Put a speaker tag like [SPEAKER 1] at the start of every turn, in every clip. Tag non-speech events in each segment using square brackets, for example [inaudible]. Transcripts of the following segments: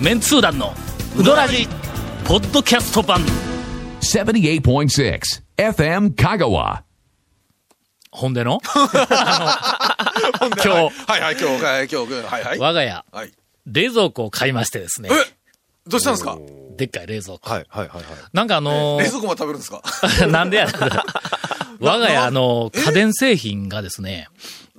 [SPEAKER 1] メンツー団のウドラジポッドキャスト版
[SPEAKER 2] 78.6 FM Kagawa.
[SPEAKER 1] ほんで [laughs] の
[SPEAKER 3] 今日
[SPEAKER 1] 今日
[SPEAKER 3] はいはい、今日、はい、今日、はいはい。
[SPEAKER 1] 我が家
[SPEAKER 3] はい。
[SPEAKER 1] 冷蔵庫を買いましてですね
[SPEAKER 3] どうしたんですか
[SPEAKER 1] でっかい冷蔵庫
[SPEAKER 4] はいはいはいはい。
[SPEAKER 1] なんかあのー
[SPEAKER 3] 冷蔵庫も食べるんですか
[SPEAKER 1] [laughs] なんでや我が家、あの、家電製品がですね、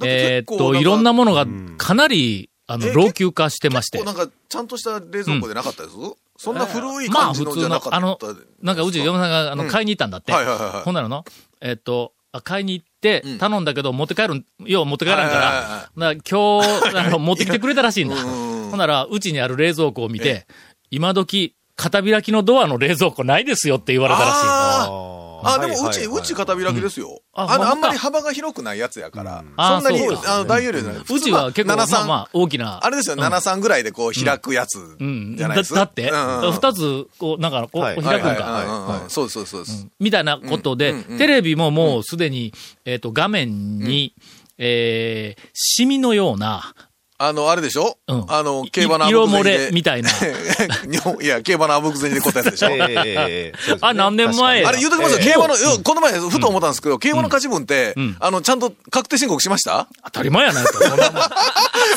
[SPEAKER 1] え
[SPEAKER 3] え
[SPEAKER 1] ーっ
[SPEAKER 3] 結構
[SPEAKER 1] と、
[SPEAKER 3] なんか
[SPEAKER 1] いろんなものがかなり、あの、
[SPEAKER 3] え
[SPEAKER 1] 老朽化してまして
[SPEAKER 3] こう。なんか、ちゃんとした冷蔵庫でなかったですそんな古い
[SPEAKER 1] まあ、
[SPEAKER 3] 感じ
[SPEAKER 1] 普
[SPEAKER 3] のじ
[SPEAKER 1] 通
[SPEAKER 3] ゃな
[SPEAKER 1] の
[SPEAKER 3] か、った。
[SPEAKER 1] あの、なんかうち嫁さんが、あの、
[SPEAKER 3] うん
[SPEAKER 1] 買いに行ったんだって。
[SPEAKER 3] はいはいはいはい
[SPEAKER 1] ほんならの、えーっと、あ買いに行って
[SPEAKER 3] う、ん
[SPEAKER 1] 頼んだけど、持って帰るん、よう持って帰らんから、
[SPEAKER 3] はいはいはいは
[SPEAKER 1] な今日、あの、持ってきてくれたらしいんだ。
[SPEAKER 3] うん
[SPEAKER 1] ほんなら、うちにある冷蔵庫を見て、今時、片開きのドアの冷蔵庫ないですよって言われたらしい。
[SPEAKER 3] あ
[SPEAKER 4] あ
[SPEAKER 3] ーあ、でもうち、うち片開きですよ。
[SPEAKER 1] うんあ
[SPEAKER 3] あの、
[SPEAKER 1] ほ
[SPEAKER 3] あ
[SPEAKER 1] ん
[SPEAKER 3] ん
[SPEAKER 1] まか
[SPEAKER 3] まり幅が広くないやつやから、
[SPEAKER 1] あー
[SPEAKER 3] そんなに
[SPEAKER 1] そう、か
[SPEAKER 3] あの、大容量じゃない。
[SPEAKER 1] うちは結構、まあ
[SPEAKER 3] 73
[SPEAKER 1] まあ、大きな。
[SPEAKER 3] あれですよ、
[SPEAKER 1] うん
[SPEAKER 3] 73ぐらいでこう開くやつ
[SPEAKER 1] うん。
[SPEAKER 3] じゃ
[SPEAKER 1] だ
[SPEAKER 3] ないです
[SPEAKER 1] だって、
[SPEAKER 3] うんうんうん
[SPEAKER 1] 二つ、こう、なんか、こう、
[SPEAKER 4] はい
[SPEAKER 1] こう
[SPEAKER 3] は
[SPEAKER 1] 開
[SPEAKER 3] い
[SPEAKER 1] くん
[SPEAKER 3] はい
[SPEAKER 1] か。
[SPEAKER 3] はいはいそうです、そうです、そうです。
[SPEAKER 1] みたいなことで、
[SPEAKER 3] うんうんうん
[SPEAKER 1] テレビももうすでに、えっ、と、画面に、えー、シミのような、
[SPEAKER 3] あの、あれでしょ
[SPEAKER 1] うん
[SPEAKER 3] あの、競馬の
[SPEAKER 1] い
[SPEAKER 3] あ
[SPEAKER 1] 色
[SPEAKER 3] ぶく
[SPEAKER 1] 漏
[SPEAKER 3] 銭で
[SPEAKER 1] れみたいな。
[SPEAKER 3] [laughs] 日本いや、競馬のあぶく銭でこたやつでしょ
[SPEAKER 4] ええええええそうですね
[SPEAKER 1] あ何年前
[SPEAKER 3] あれ言うときますよ、
[SPEAKER 4] ええ
[SPEAKER 3] 競馬の、よこの前、ふと思ったんですけど、競馬の勝ち分って、
[SPEAKER 1] うん
[SPEAKER 3] あの、ちゃんと確定申告しました
[SPEAKER 1] 当たり前やないか、そんな
[SPEAKER 3] [laughs]
[SPEAKER 1] もん。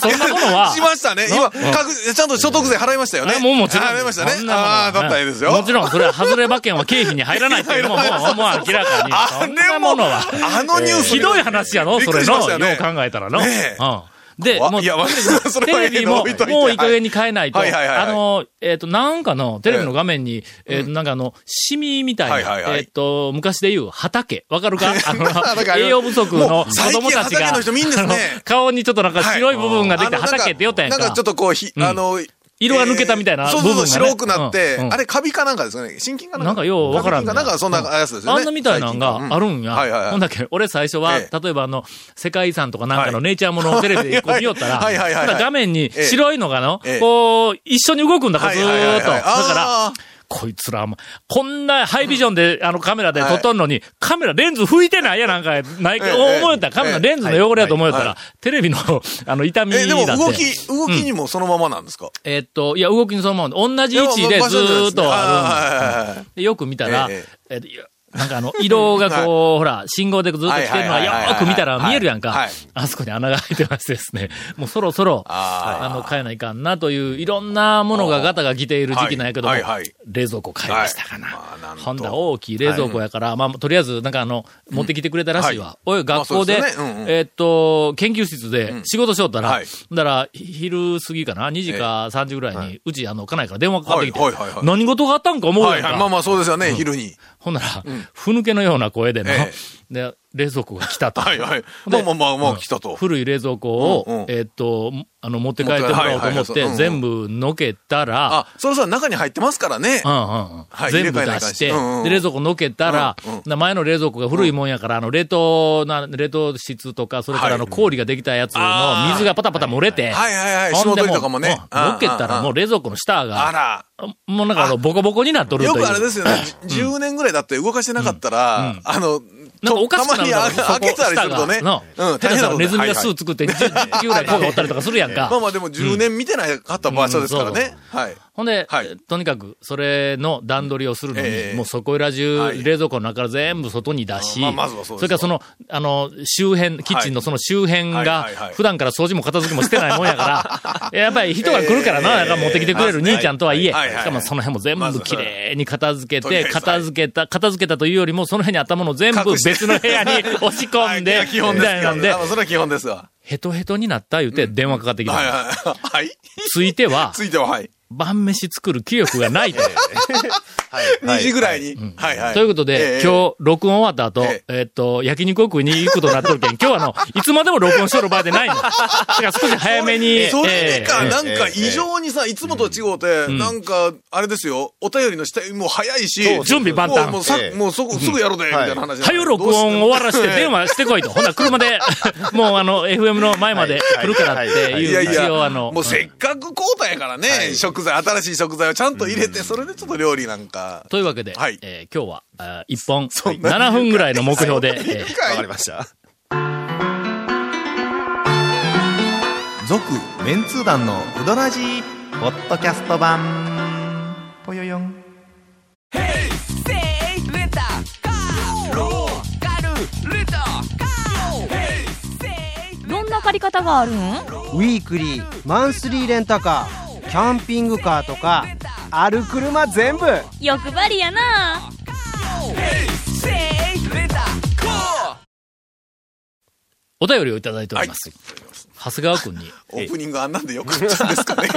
[SPEAKER 1] そんなものは、
[SPEAKER 3] しましたね。今、確ちゃんと所得税払いましたよ
[SPEAKER 1] あ
[SPEAKER 3] ね。
[SPEAKER 1] もうもちろん。
[SPEAKER 3] 払いました
[SPEAKER 1] そん
[SPEAKER 3] ね。
[SPEAKER 1] なものは
[SPEAKER 3] ああ、だったらええですよ。
[SPEAKER 1] もちろん、それは、外れ馬券は経費に入らないというのも、もう、もう明らかに。そ
[SPEAKER 3] [laughs] あ
[SPEAKER 1] ん
[SPEAKER 3] れ
[SPEAKER 1] な
[SPEAKER 3] も
[SPEAKER 1] ものは。
[SPEAKER 3] あのニュース。
[SPEAKER 1] ひどい話やの、
[SPEAKER 3] びっ
[SPEAKER 1] そ
[SPEAKER 3] く
[SPEAKER 1] れ
[SPEAKER 3] りし
[SPEAKER 1] の。
[SPEAKER 3] ま
[SPEAKER 1] よ
[SPEAKER 3] した
[SPEAKER 1] う
[SPEAKER 3] よね
[SPEAKER 1] 考えたらの。
[SPEAKER 3] ねえ
[SPEAKER 1] うん。で、
[SPEAKER 3] 怖
[SPEAKER 1] もう、
[SPEAKER 3] いや、それ
[SPEAKER 1] テ
[SPEAKER 3] は
[SPEAKER 1] レビも、もう
[SPEAKER 3] 置
[SPEAKER 1] い
[SPEAKER 3] とて
[SPEAKER 1] い加減に変えないと、
[SPEAKER 3] はいはいはいは
[SPEAKER 1] あ
[SPEAKER 3] い
[SPEAKER 1] の、えっ、と、なんかの、テレビの画面に、えっ、と、なんかあの、シミみたいな、
[SPEAKER 3] はいはいはい
[SPEAKER 1] えっ、と、昔で言う畑、わかるかあ
[SPEAKER 3] [laughs] なんか
[SPEAKER 1] の、
[SPEAKER 3] あれ
[SPEAKER 1] 栄養不足の
[SPEAKER 3] も
[SPEAKER 1] 子
[SPEAKER 3] う最近
[SPEAKER 1] 供たちが、
[SPEAKER 3] 畑の人みんなですね
[SPEAKER 1] あの顔にちょっとなんか白い部分ができて
[SPEAKER 3] あのなんか
[SPEAKER 1] 畑って言ったやんか。
[SPEAKER 3] なんかちょっとこう、ひ
[SPEAKER 1] ん
[SPEAKER 3] あの、
[SPEAKER 1] 色が抜けたみたいな
[SPEAKER 3] えーそうそうそ
[SPEAKER 1] 部分が
[SPEAKER 3] う、
[SPEAKER 1] ね
[SPEAKER 3] 白くなって、
[SPEAKER 1] うんうん
[SPEAKER 3] あれ、カビかなんかですかね。心筋かなんか。
[SPEAKER 1] なんかようわからん
[SPEAKER 3] カビ菌かなんか、そんなやつですよね。
[SPEAKER 1] あんなみたいなの
[SPEAKER 3] 最近
[SPEAKER 1] が
[SPEAKER 3] う
[SPEAKER 1] あるんや。
[SPEAKER 3] はいはいはい
[SPEAKER 1] ほんだけ、俺最初は、
[SPEAKER 3] ええ
[SPEAKER 1] 例えばあの、世界遺産とかなんかの
[SPEAKER 3] はい
[SPEAKER 1] ネイチャーものをテレビでこう見よったら、
[SPEAKER 3] [laughs] はいはいはいはい
[SPEAKER 1] ほんなら画面に
[SPEAKER 3] ええ
[SPEAKER 1] 白いのがの、
[SPEAKER 3] ええ
[SPEAKER 1] こう、一緒に動くんだから、
[SPEAKER 3] はい
[SPEAKER 1] ずーっ
[SPEAKER 3] はい
[SPEAKER 1] と。
[SPEAKER 3] はいはい
[SPEAKER 1] だから、
[SPEAKER 3] あー
[SPEAKER 1] こいつらも、こんなハイビジョンで、あのカメラで撮っとんのに、カメラレンズ拭いてないやなんか、ない
[SPEAKER 3] え
[SPEAKER 1] か、
[SPEAKER 3] え
[SPEAKER 1] 思えたらカメラレンズの汚れやと思えた
[SPEAKER 3] はい
[SPEAKER 1] ら、テレビの、あの、痛みだっ
[SPEAKER 3] え、
[SPEAKER 1] て。
[SPEAKER 3] でも動き、動きにもそのままなんですか
[SPEAKER 1] えっと、いや、動きにそのまま、同じ位置でずーっとあるんです
[SPEAKER 3] ある
[SPEAKER 1] でよく見たら、
[SPEAKER 3] え
[SPEAKER 1] えっといやなんかあの、色が
[SPEAKER 3] [laughs]
[SPEAKER 1] こう、ほら、信号でずっと来てるのが
[SPEAKER 3] はいはい
[SPEAKER 1] よ
[SPEAKER 3] はいはい
[SPEAKER 1] ーく見たら見えるやん
[SPEAKER 3] はい
[SPEAKER 1] か
[SPEAKER 3] はい。
[SPEAKER 1] あそこに穴が開いてましてですね、もうそろそろ、
[SPEAKER 3] あー
[SPEAKER 1] あの、変えないかんなという、いろんなものがガタが来ている時期なんやけども
[SPEAKER 3] はいはいはい、
[SPEAKER 1] 冷蔵庫変えましたか
[SPEAKER 3] はい
[SPEAKER 1] な
[SPEAKER 3] まあなん。と
[SPEAKER 1] ほんだ大きい冷蔵庫やから、まあ、とりあえず、なんかあの、持ってきてくれたらしい
[SPEAKER 3] は
[SPEAKER 1] わ
[SPEAKER 3] い。
[SPEAKER 1] おい、
[SPEAKER 3] まあ
[SPEAKER 1] 学校で
[SPEAKER 3] そうですよねうんう、ん
[SPEAKER 1] えっと、研究室で仕事しよったら
[SPEAKER 3] はい、
[SPEAKER 1] だから、ひ昼過ぎかな、2時か3時ぐらいに、うち、あの、家内から電話かかってきて
[SPEAKER 3] はいはいはいは、い
[SPEAKER 1] 何事があったんか思う
[SPEAKER 3] は
[SPEAKER 1] や
[SPEAKER 3] い
[SPEAKER 1] ん
[SPEAKER 3] はい。
[SPEAKER 1] か
[SPEAKER 3] まあ。まあ、そうですよね、昼に。
[SPEAKER 1] ほんなら、ふぬけのような声での、
[SPEAKER 3] え
[SPEAKER 1] で、冷蔵庫が来たと。
[SPEAKER 3] はいはい。ま
[SPEAKER 1] で
[SPEAKER 3] あまあまあま
[SPEAKER 1] う
[SPEAKER 3] あ、
[SPEAKER 1] ん
[SPEAKER 3] 来たと。
[SPEAKER 1] 古い冷蔵庫を、
[SPEAKER 3] うんうん
[SPEAKER 1] えーっと、あの、持って帰ってもらおうと思っ
[SPEAKER 3] 持って帰
[SPEAKER 1] て
[SPEAKER 3] はいはいは、い
[SPEAKER 1] 全部のけたら、
[SPEAKER 3] あ、それさ、中に入ってますからね
[SPEAKER 1] う。んうんうん
[SPEAKER 3] はい
[SPEAKER 1] 全部
[SPEAKER 3] 入れ替え
[SPEAKER 1] 出
[SPEAKER 3] ないかんし
[SPEAKER 1] して、
[SPEAKER 3] うんうん
[SPEAKER 1] で、冷蔵庫のけたら、
[SPEAKER 3] うんうん
[SPEAKER 1] な前の冷蔵庫が古いもんやから、あの、冷凍な、冷凍室とか、それからあの、
[SPEAKER 3] はい
[SPEAKER 1] 氷ができたやつの水がパタパタ漏れて、
[SPEAKER 3] はいはいはい。
[SPEAKER 1] ほ
[SPEAKER 3] 霜
[SPEAKER 1] んで
[SPEAKER 3] 取
[SPEAKER 1] も
[SPEAKER 3] り
[SPEAKER 1] う
[SPEAKER 3] とかもね。
[SPEAKER 1] うんのけたらもう
[SPEAKER 3] う。
[SPEAKER 1] 冷蔵庫の下
[SPEAKER 3] あ
[SPEAKER 1] が、
[SPEAKER 3] ら。
[SPEAKER 1] もうなんかあの、ボコボコになっとる
[SPEAKER 3] よ
[SPEAKER 1] という。
[SPEAKER 3] くあれですよね。じ10年ぐらいだって動かしてなかったら、あの、
[SPEAKER 1] なんかおかしくなるんだろ
[SPEAKER 3] たまにあ開けたりするとね。
[SPEAKER 1] うん。たださ、ネズミが巣作って、10ぐらい声がおったりとかするやん
[SPEAKER 3] [laughs] まあ
[SPEAKER 1] か。
[SPEAKER 3] まあでも10年見てなかった場所ですからね。はい。
[SPEAKER 1] ほんで
[SPEAKER 3] はい、
[SPEAKER 1] とにかく、それの段取りをするの
[SPEAKER 3] え
[SPEAKER 1] に、
[SPEAKER 3] え
[SPEAKER 1] もうそこいら中
[SPEAKER 3] は、い
[SPEAKER 1] 冷蔵庫の中から全部外に出し、
[SPEAKER 3] まあまずはそうですよ
[SPEAKER 1] れからその、あの、周辺、キッチンのその周辺
[SPEAKER 3] はい
[SPEAKER 1] が
[SPEAKER 3] はいはい、
[SPEAKER 1] 普段から掃除も片付けもしてないもんやから、やっぱり人が来るから
[SPEAKER 3] え
[SPEAKER 1] な、
[SPEAKER 3] え
[SPEAKER 1] なんか持ってきてくれる
[SPEAKER 3] まずね
[SPEAKER 1] 兄ちゃんとはいえ、し
[SPEAKER 3] はいはいはい
[SPEAKER 1] かもその辺も全
[SPEAKER 3] まず
[SPEAKER 1] 部
[SPEAKER 3] はい
[SPEAKER 1] きれいに片付け
[SPEAKER 3] とりあ
[SPEAKER 1] て
[SPEAKER 3] え、ずはい
[SPEAKER 1] 片付けた、片付けたというよりも、その辺にあったものを全部
[SPEAKER 3] 隠して
[SPEAKER 1] 別の部
[SPEAKER 3] [laughs]
[SPEAKER 1] 屋に押し込んで、
[SPEAKER 3] 基本
[SPEAKER 1] み
[SPEAKER 3] です
[SPEAKER 1] たい
[SPEAKER 3] 基
[SPEAKER 1] なん
[SPEAKER 3] 本です
[SPEAKER 1] で
[SPEAKER 3] あ、まあそれは基本ですわ。
[SPEAKER 1] ヘトヘトになった言うて電話かかってきた。
[SPEAKER 3] はいはい。はい。
[SPEAKER 1] ついては、
[SPEAKER 3] ついては、はい。
[SPEAKER 1] 晩飯作る気力がないと。
[SPEAKER 3] 2時ぐらいに。はいはい。
[SPEAKER 1] ということで、
[SPEAKER 3] ええ
[SPEAKER 1] 今日、録音終わった後、え
[SPEAKER 3] え
[SPEAKER 1] っと、焼肉を食いに行くことになっとるけん、今日はあの、いつまでも録音しとる場合でない
[SPEAKER 3] [laughs]
[SPEAKER 1] の。だから少し早めに。
[SPEAKER 3] それでか、
[SPEAKER 1] ええ
[SPEAKER 3] なんか異常にさ、いつもと違うて、なんか、あれですよ、お便りの下、もう早いし、
[SPEAKER 1] そう準備万端
[SPEAKER 3] もうもうさ
[SPEAKER 4] ええ
[SPEAKER 3] もうそこ、すぐやろうで、みたいな話になって。
[SPEAKER 1] 早う録音終わらして
[SPEAKER 3] どう
[SPEAKER 1] 電話してこいと。ほんなら車
[SPEAKER 3] [laughs]
[SPEAKER 1] で、もうあの、FM の前まで来るからって
[SPEAKER 4] はいはい
[SPEAKER 3] いや
[SPEAKER 1] いう、
[SPEAKER 3] いや
[SPEAKER 1] 一応あの、
[SPEAKER 3] もうせっかく交代やからね、食材、新しい食材をちゃんと入れて、それでちょっと料理なんか。
[SPEAKER 1] というわけで、
[SPEAKER 3] はい
[SPEAKER 1] えー今日は、あー1本、
[SPEAKER 3] [laughs] んな
[SPEAKER 1] 7分ぐらいの目標で、えー
[SPEAKER 4] わかりました。
[SPEAKER 5] 続メンツー団のウドラジポッドキャスト版ぽよよん
[SPEAKER 6] せいレンタカーローカルレンタカー
[SPEAKER 7] どんな借り方があるん
[SPEAKER 8] ウィークリーマンスリーレンタカーキャンピングカーとかある車全部
[SPEAKER 7] 欲張りやな
[SPEAKER 6] せいレンタカー
[SPEAKER 1] お便りをいただいております。長谷川君に。
[SPEAKER 3] オープニングあんなんでよかったんで
[SPEAKER 1] [laughs]
[SPEAKER 3] すかね。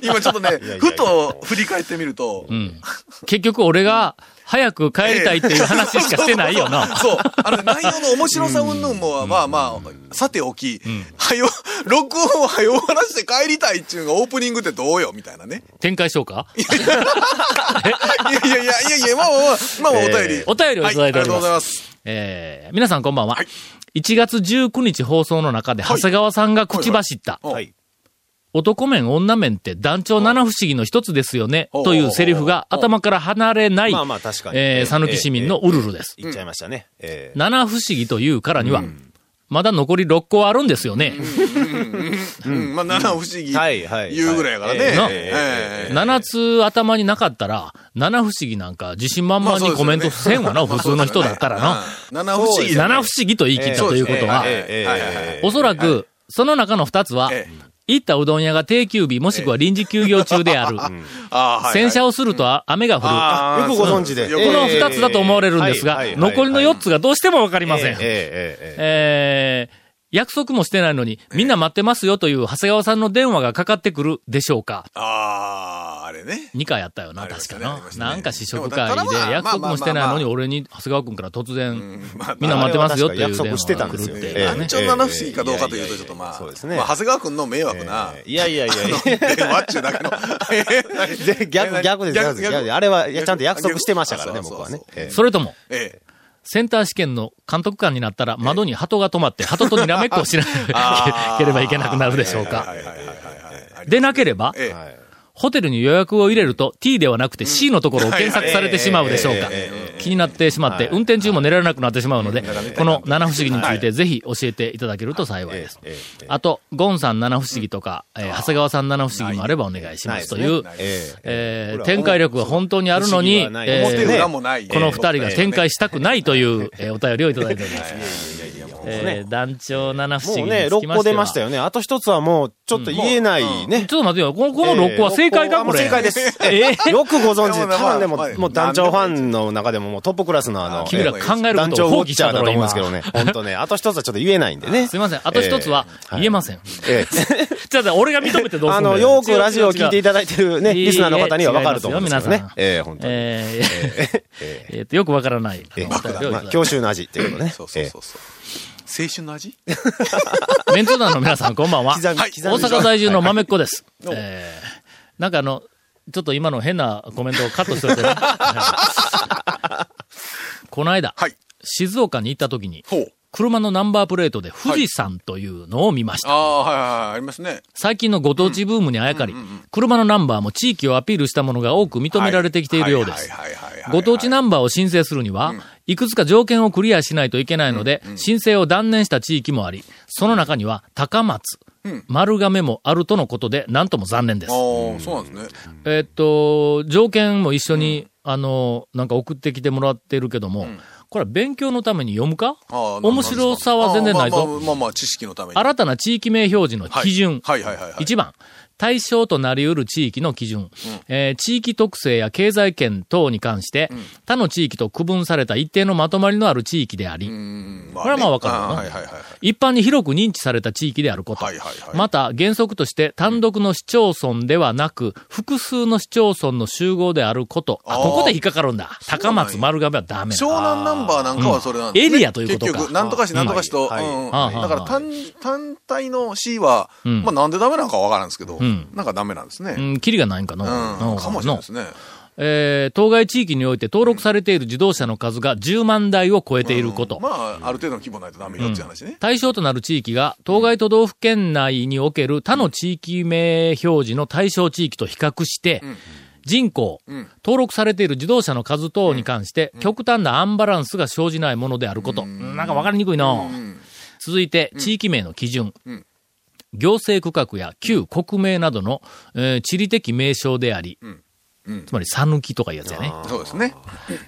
[SPEAKER 3] 今ちょっとね
[SPEAKER 4] いやいや、
[SPEAKER 3] ふと振り返ってみると
[SPEAKER 1] う。ん。結局俺が早く帰りたいっていう話しかしてないよな。
[SPEAKER 3] [laughs] そう。あのね、内容の面白さ云々も、まあまあ、さておき、はよ、録音をはよ終わらして帰りたいっていうのがオープニングってどうよみたいなね。 [laughs]
[SPEAKER 1] 展開しようか
[SPEAKER 3] いやいやいやいやいや、まあまあまあ、まあまあお便り。
[SPEAKER 1] お便りをいただいております
[SPEAKER 3] はありがとうございます。
[SPEAKER 1] えー、皆さんこんばんは。1月19日放送の中で長谷川さんが口走った、
[SPEAKER 3] はい
[SPEAKER 1] 男面女面って団長七不思議の一つですよね、
[SPEAKER 3] ほう
[SPEAKER 1] というセリフが頭から離れない、
[SPEAKER 4] まあまあ確かに。
[SPEAKER 1] えー、讃岐市民のウルルです。
[SPEAKER 4] ええ。ええ言っちゃいましたね。ええ
[SPEAKER 1] 七不思議というからには、まだ残り6個あるんですよね。
[SPEAKER 3] うん、まあ、七不思議。
[SPEAKER 4] はいはい
[SPEAKER 3] 言うぐらいやからね。
[SPEAKER 4] はい
[SPEAKER 1] な
[SPEAKER 3] ええ
[SPEAKER 1] 7つ頭になかったら、七不思議なんか自信満々にコメントせんわ
[SPEAKER 3] [laughs]
[SPEAKER 1] な、普通の人だったらな。
[SPEAKER 3] うん [laughs] 七不思議だ
[SPEAKER 1] 七
[SPEAKER 3] ね。
[SPEAKER 1] 不思議と言い切ったということは
[SPEAKER 4] え、えええ
[SPEAKER 3] はい
[SPEAKER 4] え
[SPEAKER 3] はいはい
[SPEAKER 4] ええ
[SPEAKER 1] おそらく、その中の2つは
[SPEAKER 3] え、
[SPEAKER 1] 行ったうどん屋が定休日もしくは臨時休業中である、
[SPEAKER 3] あーはいはい
[SPEAKER 1] 洗車をするとあ雨が降
[SPEAKER 4] あーよくご存知で。
[SPEAKER 3] そう
[SPEAKER 1] る。この
[SPEAKER 4] ええ
[SPEAKER 1] 2つだと思われるんですが
[SPEAKER 4] はいは、いはい
[SPEAKER 1] 残りの4つがどうしてもわかりません
[SPEAKER 4] え。えええええ
[SPEAKER 1] えー約束もしてないのに、みんな待ってますよという長谷川さんの電話がかかってくるでしょうか。
[SPEAKER 3] ああ、あれね。
[SPEAKER 1] 2回やったよな、
[SPEAKER 3] ありま
[SPEAKER 1] 確
[SPEAKER 3] した
[SPEAKER 1] か
[SPEAKER 3] ね
[SPEAKER 1] な
[SPEAKER 3] ありま。したね
[SPEAKER 1] なんか試食
[SPEAKER 3] でも
[SPEAKER 1] 会
[SPEAKER 3] だからまあ
[SPEAKER 1] で、約束もしてないのに、
[SPEAKER 3] まあまあまあ
[SPEAKER 1] 俺に長谷川君から突然、
[SPEAKER 3] まあ
[SPEAKER 1] みんな待ってますよという電話
[SPEAKER 4] あれは確か約束してた
[SPEAKER 1] が
[SPEAKER 4] ん
[SPEAKER 1] 来
[SPEAKER 4] です
[SPEAKER 1] る
[SPEAKER 4] よ
[SPEAKER 1] っ
[SPEAKER 4] ね
[SPEAKER 1] て
[SPEAKER 4] え
[SPEAKER 1] い
[SPEAKER 4] え
[SPEAKER 1] うね
[SPEAKER 3] 団。長七不思議かどうかというと、ちょっとまあ、
[SPEAKER 4] そうですね
[SPEAKER 3] まあ、長谷川君の迷惑な、
[SPEAKER 4] えいやいやいやいや。
[SPEAKER 3] 電話っちゅうだけの。
[SPEAKER 4] [laughs] で逆、逆です、逆です逆です。あれは、いやちゃんと約束してましたからね、
[SPEAKER 3] 逆
[SPEAKER 4] 僕はね
[SPEAKER 3] そう。
[SPEAKER 4] ええ
[SPEAKER 1] それとも、
[SPEAKER 3] ええ。
[SPEAKER 1] センター試験の監督官になったら、窓に鳩が止まって、鳩とにらめっこをしな
[SPEAKER 3] あー
[SPEAKER 1] ければいけなくなるでし
[SPEAKER 3] [laughs]
[SPEAKER 1] ょう
[SPEAKER 3] は
[SPEAKER 1] か。
[SPEAKER 3] いはいはいはいはい。
[SPEAKER 1] でなければ、
[SPEAKER 3] ええ。
[SPEAKER 4] はい
[SPEAKER 1] ホテルに予約を入れると T ではなくて C のところを検索されてしまうでしょうか
[SPEAKER 4] ええ。
[SPEAKER 1] 気になってしまって、運転中も寝られなくなってしまうので、この七不思議についてぜひ教えていただけると幸いです
[SPEAKER 4] ええええ。
[SPEAKER 1] あと、ゴンさん七不思議とか、えー長谷川さん七不思議もあればお願いしますという、
[SPEAKER 4] ええ
[SPEAKER 1] えー展開力が本当にあるのに、
[SPEAKER 4] 不思議はない
[SPEAKER 1] えー
[SPEAKER 3] 表裏もない。
[SPEAKER 1] この二人が展開したくないという、えーお便りをいただいております。えー団長七不思議
[SPEAKER 4] もう
[SPEAKER 1] につき
[SPEAKER 4] ね、6
[SPEAKER 1] ま
[SPEAKER 4] 個
[SPEAKER 1] して
[SPEAKER 4] 出
[SPEAKER 1] は
[SPEAKER 4] ましたよね。あと一つはもう、ちょっと言えないね。
[SPEAKER 1] ちょっと待ってよ。この、この6個は正解か、
[SPEAKER 4] えー
[SPEAKER 1] これ。
[SPEAKER 4] 正解です。
[SPEAKER 1] [laughs]
[SPEAKER 4] [laughs]
[SPEAKER 1] えー
[SPEAKER 4] よくご存知で、
[SPEAKER 3] まあ
[SPEAKER 4] 多分でも
[SPEAKER 3] まあ、
[SPEAKER 4] もう団長ファンの中でももうトップクラスのあの、
[SPEAKER 1] 君ら考える
[SPEAKER 4] 団
[SPEAKER 1] こと
[SPEAKER 4] 長
[SPEAKER 1] を
[SPEAKER 4] ウォ
[SPEAKER 1] 放
[SPEAKER 4] ッ
[SPEAKER 1] 棄し
[SPEAKER 4] チ
[SPEAKER 1] た
[SPEAKER 4] ャーだ
[SPEAKER 1] だ
[SPEAKER 4] と
[SPEAKER 1] ろ、
[SPEAKER 4] 思うん
[SPEAKER 1] 今
[SPEAKER 4] ですけ。どね。本当ね、あと一つはちょっと言えないん
[SPEAKER 1] [laughs]
[SPEAKER 4] でね。
[SPEAKER 1] すいません。あと一つは
[SPEAKER 4] えー
[SPEAKER 1] 言えません。
[SPEAKER 4] え
[SPEAKER 1] じゃあ、俺が認めてどう
[SPEAKER 4] あ
[SPEAKER 1] すんだ
[SPEAKER 4] の、よくラジオを聞いてい
[SPEAKER 1] た
[SPEAKER 4] ただいてるね、リスナーの方には分かると思うんですけ
[SPEAKER 1] 違い
[SPEAKER 4] どね
[SPEAKER 1] ますよ。
[SPEAKER 4] ええ、本当に。え
[SPEAKER 1] えー [laughs] えーっと、よくわからない。あ
[SPEAKER 4] え
[SPEAKER 1] のお便りをい
[SPEAKER 4] ま
[SPEAKER 1] ただ
[SPEAKER 4] あ
[SPEAKER 1] いて
[SPEAKER 4] 教習の味っていうことね。
[SPEAKER 3] そうそうそうそう。青春の味
[SPEAKER 1] メンツ団の皆さん、こんばんは。
[SPEAKER 4] 刻み
[SPEAKER 1] 大
[SPEAKER 4] 刻み
[SPEAKER 1] 阪在住の豆っ子です。えーなんかあの、ちょっと今の変なコメントをカットしと
[SPEAKER 4] [laughs]
[SPEAKER 1] いてね。はいこの間、
[SPEAKER 3] はい。
[SPEAKER 1] 静岡に行った時に、
[SPEAKER 3] ほう。
[SPEAKER 1] 車のナンバープレートで富士山というのを見ました。
[SPEAKER 3] ああ、はいはいはい。ありますね。
[SPEAKER 1] 最近のご当地ブームにあやかり、車のナンバーも地域をアピールしたものが多く認められてきているようです。
[SPEAKER 3] はいはいはいはいはいはい。
[SPEAKER 1] ご当地ナンバーを申請するには、いくつか条件をクリアしないといけないので、申請を断念した地域もあり、その中には高松、丸亀もあるとのことで、なんとも残念です。
[SPEAKER 3] ああ、そうなんですね。
[SPEAKER 1] えっと、条件も一緒に、あの、なんか送ってきてもらってるけども、これは勉強のために読むか
[SPEAKER 3] ああ
[SPEAKER 1] 面白さは全然ない
[SPEAKER 3] まあまあ
[SPEAKER 1] ぞ。
[SPEAKER 3] まあまあ、知識のために。
[SPEAKER 1] 新たな地域名表示の
[SPEAKER 3] はい
[SPEAKER 1] 基準。
[SPEAKER 3] はいはいはいはい。
[SPEAKER 1] 1番、対象となり得る地域の基準、えー地域特性や経済圏等に関して、他の地域と区分された一定のまとまりのある地域であり、
[SPEAKER 3] うん
[SPEAKER 1] これはまあわかるよな
[SPEAKER 3] ああはいはいはいはい。
[SPEAKER 1] 一般に広く認知された地域であること。
[SPEAKER 3] はいはいはい
[SPEAKER 1] また、原則として単独の市町村ではなく、複数の市町村の集合であること。あ、
[SPEAKER 3] あー
[SPEAKER 1] ここで引っかかるんだ。
[SPEAKER 3] うな
[SPEAKER 1] 高
[SPEAKER 3] んや
[SPEAKER 1] 松、丸亀はダメだ。
[SPEAKER 3] 湘南ナンバーなんかはそれなんですね、
[SPEAKER 1] うんエリアということか
[SPEAKER 3] 結局、なんとか市、なんとか市と。
[SPEAKER 4] はい
[SPEAKER 3] うん
[SPEAKER 1] はい
[SPEAKER 3] だから単、単体の市は、
[SPEAKER 1] ん
[SPEAKER 3] まあなんでダメなのかわからんですけど、
[SPEAKER 1] ん
[SPEAKER 3] なんかダメなんです
[SPEAKER 1] う
[SPEAKER 3] ね。
[SPEAKER 1] ん、キリがないんかの。
[SPEAKER 3] うん。かもしれないですね。
[SPEAKER 1] えー当該地域において登録されている自動車の数が10万台を超えていること。
[SPEAKER 3] まあ、ある程度の規模ないとダメよっていう話ね。
[SPEAKER 1] 対象となる地域が、当該都道府県内における他の地域名表示の対象地域と比較して、人口、
[SPEAKER 3] ん
[SPEAKER 1] 登録されている自動車の数等に関して、極端なアンバランスが生じないものであること。なんかわかりにくいな、続いて、地域名の基準。行政区画や旧国名などの、えー地理的名称であり、
[SPEAKER 3] うん
[SPEAKER 1] つまり、讃岐とかいうやつやね。
[SPEAKER 3] そうですね。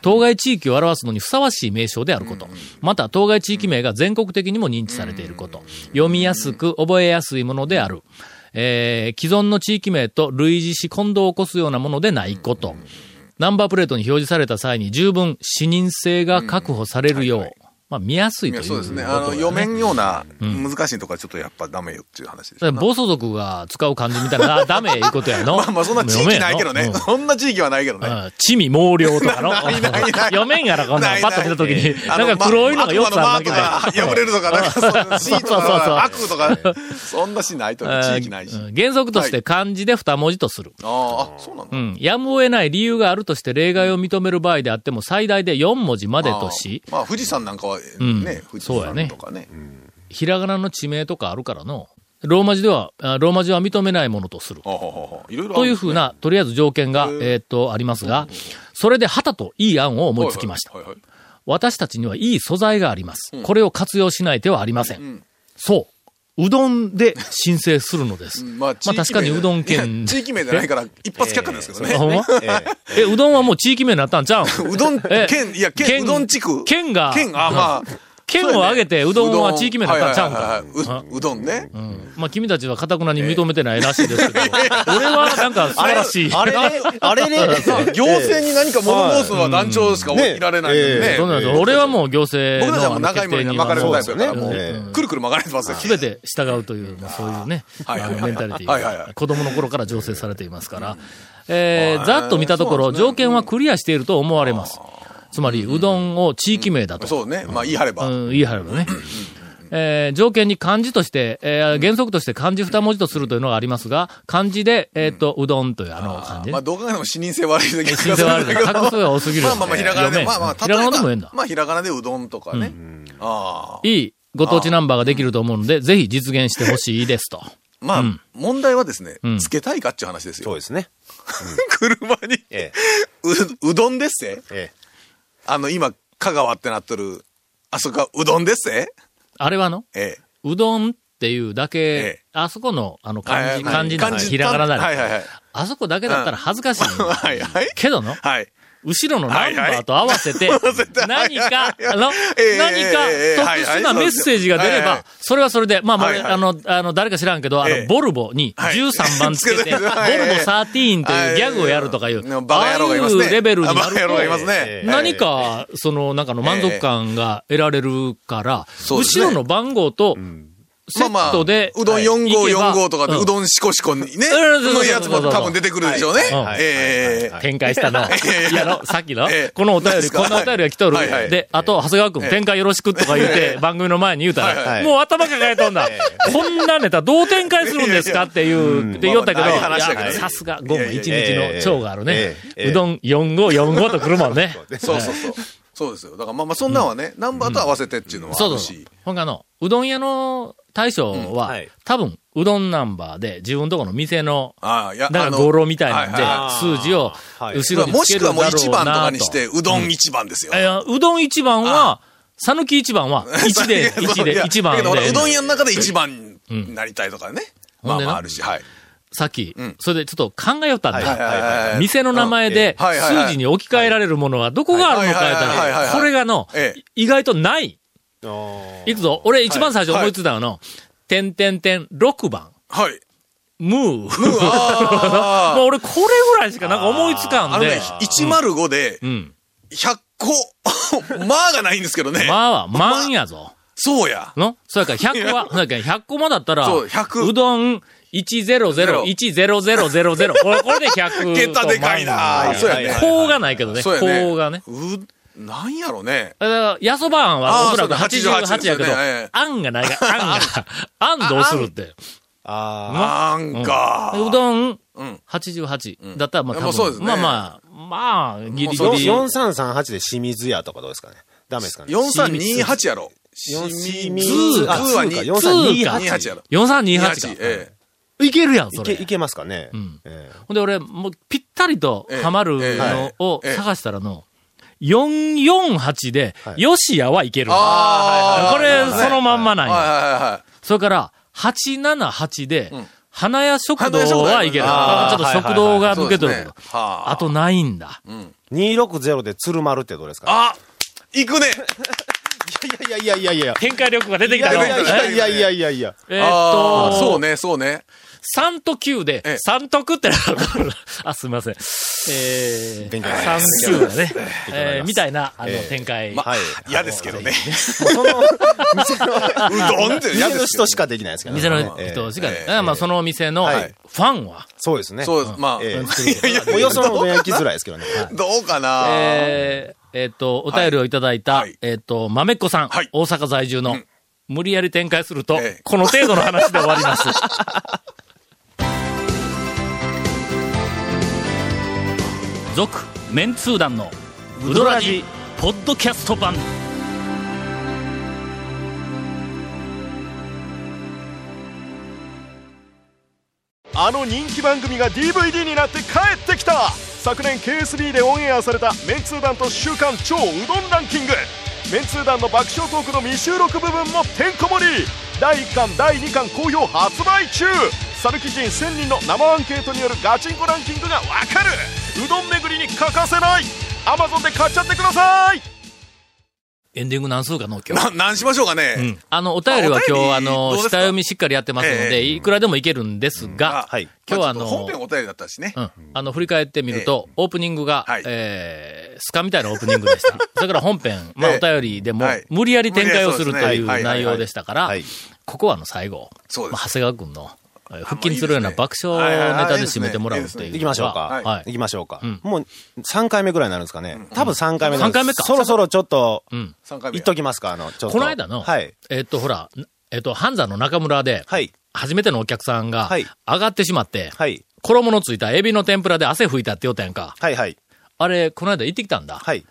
[SPEAKER 1] 当該地域を表すのにふさわしい名称であること。また、当該地域名が全国的にも認知されていること。読みやすく、覚えやすいものである。えー既存の地域名と類似し混同を起こすようなものでないこと。ナンバープレートに表示された際に十分視認性が確保されるよう。まあ、見やすい
[SPEAKER 3] い
[SPEAKER 1] という
[SPEAKER 3] や
[SPEAKER 1] こと
[SPEAKER 3] そう
[SPEAKER 1] だ
[SPEAKER 3] ですね。あの、読めん
[SPEAKER 1] ね
[SPEAKER 3] ような難しいとかちょっとやっぱダメよっていう話で
[SPEAKER 1] だから
[SPEAKER 3] す。
[SPEAKER 1] 暴走族が使う漢字みたいな、あダメいうことやの。
[SPEAKER 3] [laughs] まあまあそんな地域ないけど
[SPEAKER 1] 読めん
[SPEAKER 3] ね
[SPEAKER 1] や。ろ
[SPEAKER 3] そんな地域はないけど
[SPEAKER 1] う
[SPEAKER 3] ね。
[SPEAKER 1] ん地味猛量とかの。
[SPEAKER 3] [laughs] ないないな
[SPEAKER 1] [laughs]
[SPEAKER 3] い
[SPEAKER 1] 読めんやろ、こんなん。
[SPEAKER 3] い
[SPEAKER 1] パ
[SPEAKER 3] い
[SPEAKER 1] ッと見たときに。
[SPEAKER 3] あ
[SPEAKER 1] [laughs] なんか黒いのが4つある
[SPEAKER 3] まあ
[SPEAKER 1] だ
[SPEAKER 3] 悪魔
[SPEAKER 1] けで
[SPEAKER 3] とか
[SPEAKER 1] [laughs]
[SPEAKER 3] 破れるとか、なんかそういうシ
[SPEAKER 1] そうそうそう
[SPEAKER 3] ートとか、悪とか、そんなしないとね地域ないし。
[SPEAKER 1] うん原則として漢字で二文字とする。
[SPEAKER 3] あーあ、そうなの
[SPEAKER 1] うん。やむを得ない理由があるとして例外を認める場合であっても最大で4文字までとし、
[SPEAKER 3] あーまあ、富士山なんかはね、
[SPEAKER 1] ん
[SPEAKER 3] 富士山とかね。
[SPEAKER 1] ひらがなの地名とかあるからの、ローマ字では、あローマ字は認めないものとする。
[SPEAKER 3] ああああああいろいろある
[SPEAKER 1] というふうな、とりあえず条件が、えーっと、ありますが、それで旗といい案を思いつきました。
[SPEAKER 3] はいはいはいはい
[SPEAKER 1] 私たちにはいい素材があります。これを活用しない手はありません。そう。うどんで申請するのです。
[SPEAKER 3] うん
[SPEAKER 1] まあ
[SPEAKER 3] 地域名
[SPEAKER 1] 確かにうどん
[SPEAKER 3] い
[SPEAKER 1] 県
[SPEAKER 3] や。地域名じゃな
[SPEAKER 1] [laughs]
[SPEAKER 3] いから、一発却下ですけど
[SPEAKER 1] あほ
[SPEAKER 3] ね。
[SPEAKER 1] んまえ、うどんはもう地域名になったんちゃうん
[SPEAKER 3] うどん、
[SPEAKER 1] え
[SPEAKER 3] 県、いや、県、うどん地区。
[SPEAKER 1] 県が、
[SPEAKER 3] 県、あ、まあ。
[SPEAKER 1] 県を挙げてうどんは地域名になったんちゃうん
[SPEAKER 3] はいはい
[SPEAKER 1] か。
[SPEAKER 3] はいはいううどんね。
[SPEAKER 1] うんまあ君たちはかたくなに認めてないらしいですけど、俺はなんか素晴らしい。
[SPEAKER 4] あれ
[SPEAKER 1] [laughs]
[SPEAKER 4] れあれれ
[SPEAKER 3] 行政に何か物申すのは団長しかいられないんで
[SPEAKER 4] ね
[SPEAKER 3] ね。
[SPEAKER 1] そうなんです俺はもう行政
[SPEAKER 3] 僕たちはもう
[SPEAKER 1] の
[SPEAKER 3] 長いものに巻かれるタイプやから、も
[SPEAKER 4] そうですよね
[SPEAKER 3] う、くるくる巻かれてますよ。
[SPEAKER 1] すべて従うという、まあそういうね、
[SPEAKER 3] はい
[SPEAKER 1] あのメンタリティ
[SPEAKER 3] はいはいは
[SPEAKER 1] が
[SPEAKER 3] い
[SPEAKER 1] 子供の頃から醸成されていますから、えー
[SPEAKER 3] あー
[SPEAKER 1] ざっと見たところ、
[SPEAKER 3] そうですね
[SPEAKER 1] 条件はクリアしていると思われます。つまり、うどんを地域名だと。
[SPEAKER 3] そうね。まあ、言い張れば。
[SPEAKER 1] うん、言い張ればね。えー条件に漢字として、えー原則として漢字二文字とするというのがありますが、漢字で、えっ、と、うどんというあの漢字ね
[SPEAKER 3] まあ、どう考えても視認性悪いだけ
[SPEAKER 1] 信性はあるけど、画数が多すぎる。
[SPEAKER 3] まあまあまあ、ひらがな
[SPEAKER 1] 読め
[SPEAKER 3] で、
[SPEAKER 1] ん
[SPEAKER 3] まあまあ、
[SPEAKER 1] ひらがなでもええんだ。
[SPEAKER 3] まあ、ひらがなでうどんとかね。ああ。
[SPEAKER 1] いいご当地ナンバーができると思うので、ぜひ実現してほしいですと。
[SPEAKER 3] [laughs] まあ、問題はですね
[SPEAKER 1] ん、
[SPEAKER 3] つけたいかっていう話です
[SPEAKER 4] そう
[SPEAKER 3] よ。
[SPEAKER 4] ですね。
[SPEAKER 3] [laughs] 車に、
[SPEAKER 4] え
[SPEAKER 3] う、うどんですせ
[SPEAKER 4] え。え
[SPEAKER 3] あの、今、香川ってなっとる、あそこはうどんですせ
[SPEAKER 1] あれはの
[SPEAKER 3] ええ。
[SPEAKER 1] うどんっていうだけ、
[SPEAKER 3] ええ
[SPEAKER 1] あそこの、あの、漢
[SPEAKER 3] は
[SPEAKER 1] 字、
[SPEAKER 3] いはい
[SPEAKER 1] 漢字な
[SPEAKER 3] 漢
[SPEAKER 1] り、
[SPEAKER 3] 字
[SPEAKER 1] ひらがななり、
[SPEAKER 3] はいはいはい
[SPEAKER 1] あそこだけだったら恥ずかしい。
[SPEAKER 3] [laughs] はいはい。
[SPEAKER 1] けどの、
[SPEAKER 3] はい。
[SPEAKER 1] 後ろのナンバーと合わせ
[SPEAKER 3] [laughs]
[SPEAKER 1] て、何か、あの、
[SPEAKER 3] ええ
[SPEAKER 1] 何か
[SPEAKER 3] ええ
[SPEAKER 1] 特殊なメッセージが出れ
[SPEAKER 3] はいは
[SPEAKER 1] ば
[SPEAKER 3] い、
[SPEAKER 1] それはそれで、まあまあ、
[SPEAKER 3] はいはい
[SPEAKER 1] あの、あの、誰か知らんけど、あ
[SPEAKER 3] え
[SPEAKER 1] の、
[SPEAKER 3] え
[SPEAKER 1] ボルボに
[SPEAKER 3] はい
[SPEAKER 1] 13番つけて、
[SPEAKER 3] つけて [laughs] はい
[SPEAKER 1] ボルボ13というギ
[SPEAKER 3] はい
[SPEAKER 1] ャグをやるとかいう、
[SPEAKER 3] ねバ
[SPEAKER 1] あ
[SPEAKER 3] カ野郎
[SPEAKER 1] あ
[SPEAKER 3] が
[SPEAKER 1] い
[SPEAKER 3] いますね。
[SPEAKER 1] うレベルに
[SPEAKER 3] あ
[SPEAKER 1] な
[SPEAKER 3] バ
[SPEAKER 1] る
[SPEAKER 3] カ野郎がいま
[SPEAKER 1] と
[SPEAKER 3] す、ね。
[SPEAKER 1] 何か、その、なんかの満足感が得られるから、
[SPEAKER 3] そうです
[SPEAKER 1] 後
[SPEAKER 3] ね
[SPEAKER 1] ろの番号と、セットで、
[SPEAKER 3] うどん4
[SPEAKER 1] 行
[SPEAKER 3] 号
[SPEAKER 1] けば
[SPEAKER 3] 4号とかで、
[SPEAKER 1] うん
[SPEAKER 3] うどんシコシコにね、
[SPEAKER 1] うんそうそうそうそう
[SPEAKER 3] のやつも多分出てくるでしょうね
[SPEAKER 1] はいはい。
[SPEAKER 3] ええ。
[SPEAKER 1] 展開した
[SPEAKER 3] [laughs]
[SPEAKER 1] の。
[SPEAKER 3] え
[SPEAKER 1] いやろ、さっきの
[SPEAKER 3] ええ、
[SPEAKER 1] このお便
[SPEAKER 3] 何で
[SPEAKER 1] り、
[SPEAKER 3] すか
[SPEAKER 1] こんなお便りが来とる
[SPEAKER 3] はいは。い
[SPEAKER 1] で、あと、長谷川くん、
[SPEAKER 3] ええ
[SPEAKER 1] 展開よろしくとか言って、番組の前に言うた
[SPEAKER 3] はいは
[SPEAKER 1] ら、
[SPEAKER 4] い
[SPEAKER 1] もう頭抱えとんだ。こんなネタどう展開するんですかっていう、って言おったけど、い
[SPEAKER 3] まあまあない話だけど
[SPEAKER 1] や
[SPEAKER 3] ね
[SPEAKER 1] さすが、午後1
[SPEAKER 4] いやいやい
[SPEAKER 1] 日
[SPEAKER 4] や
[SPEAKER 1] の長があるね
[SPEAKER 4] えええ。え
[SPEAKER 1] うどん4545と来るもんね。
[SPEAKER 3] そうそうそう。そうですよ。だからまあまあそんなんはね、ナンバーと合わせてっていうのはあ
[SPEAKER 1] そうそ
[SPEAKER 3] る
[SPEAKER 1] う
[SPEAKER 3] し。
[SPEAKER 1] ほんかあの、うどん屋の大将
[SPEAKER 4] うん
[SPEAKER 1] は
[SPEAKER 4] はい、
[SPEAKER 1] 多分、うどんナンバーで、自分とこの店の、
[SPEAKER 3] ああ、いや、
[SPEAKER 1] だから
[SPEAKER 3] あの
[SPEAKER 1] 語呂みたいなん
[SPEAKER 3] はは
[SPEAKER 1] で、数字を
[SPEAKER 4] はい
[SPEAKER 1] 後ろに
[SPEAKER 3] も
[SPEAKER 1] つ
[SPEAKER 3] し
[SPEAKER 1] ける
[SPEAKER 3] く
[SPEAKER 1] だ
[SPEAKER 3] は
[SPEAKER 1] ろう
[SPEAKER 3] も
[SPEAKER 1] なと。
[SPEAKER 3] う1番とかにして、うどん1番ですよ。
[SPEAKER 1] いや、うどん一番は、さぬき一番
[SPEAKER 3] [laughs]
[SPEAKER 1] は、1で、1
[SPEAKER 3] い
[SPEAKER 1] で、
[SPEAKER 3] や
[SPEAKER 1] 1番
[SPEAKER 3] だけどほら
[SPEAKER 1] で
[SPEAKER 3] う、どん屋の中で1番になりたいとかね。まあまああるし、はい。
[SPEAKER 1] さっき
[SPEAKER 3] ん、
[SPEAKER 1] それでちょっと考えよったんだ
[SPEAKER 4] はい
[SPEAKER 1] よ。
[SPEAKER 4] はいはい
[SPEAKER 3] はい
[SPEAKER 1] 店の名前で、
[SPEAKER 3] うんはいはいはい
[SPEAKER 1] 数字に置き換えられるものはどこがあるのかやった
[SPEAKER 3] はいはいはいはい
[SPEAKER 1] ら、
[SPEAKER 3] はい
[SPEAKER 1] これがの
[SPEAKER 3] ええ、
[SPEAKER 1] 意外とない。
[SPEAKER 4] あー
[SPEAKER 1] いくぞ。俺一番最初思いついたのはの、てんてんてん6番、
[SPEAKER 3] はい。
[SPEAKER 1] ムー。もう
[SPEAKER 3] あ
[SPEAKER 1] [laughs] 俺これぐらいしかなんか思いつ
[SPEAKER 3] あ
[SPEAKER 1] か
[SPEAKER 3] あ
[SPEAKER 1] ん
[SPEAKER 3] の
[SPEAKER 1] で
[SPEAKER 3] ね、、105で
[SPEAKER 1] うん。
[SPEAKER 3] 100個、 [laughs] まあがないんですけどね。
[SPEAKER 1] まあは、万やぞ。
[SPEAKER 3] そうや。
[SPEAKER 1] のそうやから100個は、
[SPEAKER 3] [laughs]
[SPEAKER 1] そうやから100個もだったら、
[SPEAKER 3] そう100
[SPEAKER 1] うどん10010010000。これ、これで100。
[SPEAKER 3] 桁でかいな
[SPEAKER 1] そうやね。こうがないけどね。こ
[SPEAKER 3] そうやね。
[SPEAKER 1] うがね。
[SPEAKER 3] う、なんやろね。
[SPEAKER 1] だから、やそばあんは
[SPEAKER 3] あー
[SPEAKER 1] おそらく
[SPEAKER 3] そうだ
[SPEAKER 1] 88やけど
[SPEAKER 3] 88ですよねええ、
[SPEAKER 1] あんが
[SPEAKER 3] [laughs]
[SPEAKER 1] ないが、あんが、あんどうするって。
[SPEAKER 4] あ
[SPEAKER 3] なんか。
[SPEAKER 1] うどん
[SPEAKER 3] うん
[SPEAKER 1] 88だったら、まあ
[SPEAKER 3] も
[SPEAKER 1] 多
[SPEAKER 3] うそうで
[SPEAKER 1] 分まあ
[SPEAKER 3] す、ね
[SPEAKER 1] ままあ、ギリ
[SPEAKER 4] ー。
[SPEAKER 1] ギリ。
[SPEAKER 4] 4338で清水屋とかどうですかね。ダメですかね。
[SPEAKER 3] 4328やろ。
[SPEAKER 4] 四
[SPEAKER 3] し
[SPEAKER 4] 清
[SPEAKER 3] み
[SPEAKER 4] 水
[SPEAKER 3] 通
[SPEAKER 4] あ、通
[SPEAKER 3] は
[SPEAKER 4] か。
[SPEAKER 3] に
[SPEAKER 4] 4328
[SPEAKER 3] 28やろ。
[SPEAKER 1] 4328か。
[SPEAKER 3] え
[SPEAKER 1] いけるやん、
[SPEAKER 4] い
[SPEAKER 1] そ
[SPEAKER 4] け、
[SPEAKER 1] れ。
[SPEAKER 4] いけますかね。
[SPEAKER 1] ん
[SPEAKER 4] ええ
[SPEAKER 1] ほんで俺、もうぴったりとハマる
[SPEAKER 3] ええ
[SPEAKER 1] のを
[SPEAKER 3] ええ
[SPEAKER 1] 探したらの、448で、
[SPEAKER 4] はい
[SPEAKER 1] よしやはいける。
[SPEAKER 3] あーはいはいは
[SPEAKER 1] これ、
[SPEAKER 3] いはい
[SPEAKER 1] そのまんまなんや。
[SPEAKER 3] はいはいはいはい。
[SPEAKER 1] それから、 878で
[SPEAKER 3] うん、
[SPEAKER 1] 花屋食堂
[SPEAKER 3] 花屋食堂
[SPEAKER 1] はいける。
[SPEAKER 4] あー
[SPEAKER 1] あちょっと食堂が
[SPEAKER 3] そ
[SPEAKER 1] 抜
[SPEAKER 3] うで
[SPEAKER 1] け
[SPEAKER 3] す
[SPEAKER 1] とる
[SPEAKER 3] ね
[SPEAKER 1] けど。
[SPEAKER 3] は
[SPEAKER 1] あとないんだ。
[SPEAKER 4] 260で鶴丸ってどうですか
[SPEAKER 3] あ行くね
[SPEAKER 4] いやいやいやいやいや。
[SPEAKER 1] 展開力が出て
[SPEAKER 4] い
[SPEAKER 1] きた
[SPEAKER 4] や
[SPEAKER 1] の。
[SPEAKER 4] いやいやいやいやいやいや。
[SPEAKER 1] えーっ
[SPEAKER 3] あーそう
[SPEAKER 1] と、
[SPEAKER 3] ね、そうね。
[SPEAKER 1] 3と9で
[SPEAKER 3] ええ、
[SPEAKER 1] 3得ってなる [laughs] あ、すみません。えー、
[SPEAKER 4] 勉強になりま
[SPEAKER 1] 3、
[SPEAKER 4] す
[SPEAKER 1] 9だね。
[SPEAKER 4] 強にな
[SPEAKER 1] え
[SPEAKER 4] りま
[SPEAKER 1] ー
[SPEAKER 4] す
[SPEAKER 1] みたいな、あの
[SPEAKER 4] ええ、
[SPEAKER 1] 展開。
[SPEAKER 3] まあ
[SPEAKER 4] はい、
[SPEAKER 3] 嫌ですけどね。
[SPEAKER 4] その、店の、
[SPEAKER 3] うどんって嫌で
[SPEAKER 4] 店の
[SPEAKER 3] すけど
[SPEAKER 4] 人しかできないですからね。
[SPEAKER 1] 店の
[SPEAKER 4] ええ
[SPEAKER 1] 人しかね
[SPEAKER 3] ええ
[SPEAKER 1] まあ、そのお店のフ
[SPEAKER 3] はい
[SPEAKER 1] ァンは、
[SPEAKER 4] そうですね。
[SPEAKER 3] そうです。まあ、
[SPEAKER 4] ええ
[SPEAKER 3] いやいや
[SPEAKER 4] もうよそのお [laughs] 焼きづらいですけどね。
[SPEAKER 3] どうかな、
[SPEAKER 1] えーえっと、お便りをいただいた、
[SPEAKER 3] はい
[SPEAKER 1] えっと、まめっこさん、
[SPEAKER 3] はい
[SPEAKER 1] 大阪在住の、無理やり展開すると、
[SPEAKER 3] ええ
[SPEAKER 1] この程度の話で終わり
[SPEAKER 3] [laughs]
[SPEAKER 1] ます。続、メンツー団の、ウドラジ、ポッドキャスト版。
[SPEAKER 9] あの人気番組が DVD になって帰ってきた昨年 KSB でオンエアされた「メンツー団と週刊超うどんランキング」メンツー団の爆笑トークの未収録部分もてんこ盛り第1巻第2巻好評発売中サルキ人1000人の生アンケートによるガチンコランキングがわかるうどん巡りに欠かせない Amazon で買っちゃってください
[SPEAKER 1] エンディング何数かの今日。
[SPEAKER 3] な、なんしましょうかね。
[SPEAKER 1] あの、お便りは
[SPEAKER 3] あお
[SPEAKER 1] 今
[SPEAKER 3] 便り
[SPEAKER 1] 日、あの、
[SPEAKER 3] どうです
[SPEAKER 1] 下
[SPEAKER 3] か
[SPEAKER 1] 読みしっかりやってますので、
[SPEAKER 3] え
[SPEAKER 1] いくらでもいけるんですが、
[SPEAKER 4] はい。
[SPEAKER 1] 今日はあ
[SPEAKER 3] まち
[SPEAKER 1] の、
[SPEAKER 3] ょっと本編お便りだったしね。
[SPEAKER 1] うん。あの、振り返ってみると、オープニングが、
[SPEAKER 3] はい
[SPEAKER 1] えー、スカみたいなオープニングで
[SPEAKER 3] [laughs]
[SPEAKER 1] した。それから本編、まあ、
[SPEAKER 3] え
[SPEAKER 1] お
[SPEAKER 3] え
[SPEAKER 1] 便りでも
[SPEAKER 3] はい、
[SPEAKER 1] 無理やり展開をすると
[SPEAKER 3] 無理や
[SPEAKER 1] い
[SPEAKER 3] り
[SPEAKER 1] う
[SPEAKER 3] そうですねはい
[SPEAKER 1] 内容でしたから
[SPEAKER 4] はいはい、
[SPEAKER 1] ここはあの最後、
[SPEAKER 3] そうで
[SPEAKER 1] まあ長
[SPEAKER 3] す。
[SPEAKER 1] 谷川君の、えー腹筋するような爆笑ネタで締めてもらうっていうのは。
[SPEAKER 4] 行きましょうか。
[SPEAKER 3] はい
[SPEAKER 1] はい
[SPEAKER 4] 行きましょうか
[SPEAKER 1] うん。
[SPEAKER 4] もう3回目ぐらいになるんですかね。多分3回目な
[SPEAKER 1] 三
[SPEAKER 4] んです
[SPEAKER 1] 回目か
[SPEAKER 4] そろそろちょっと、
[SPEAKER 1] うん。
[SPEAKER 3] 三回目
[SPEAKER 4] 言っときますか、あの、ちょっと。
[SPEAKER 1] この間の、
[SPEAKER 4] はい。
[SPEAKER 1] えっと、ほら、えっと、ハンザの中村で、
[SPEAKER 4] はい。
[SPEAKER 1] 初めてのお客さんが
[SPEAKER 4] はい、
[SPEAKER 1] 上がってしまって、
[SPEAKER 4] はい。
[SPEAKER 1] 衣のついたエビの天ぷらで汗拭いたって言ったやんか。
[SPEAKER 4] はいはい。
[SPEAKER 1] あれ、この間行ってきたんだ。
[SPEAKER 4] はい。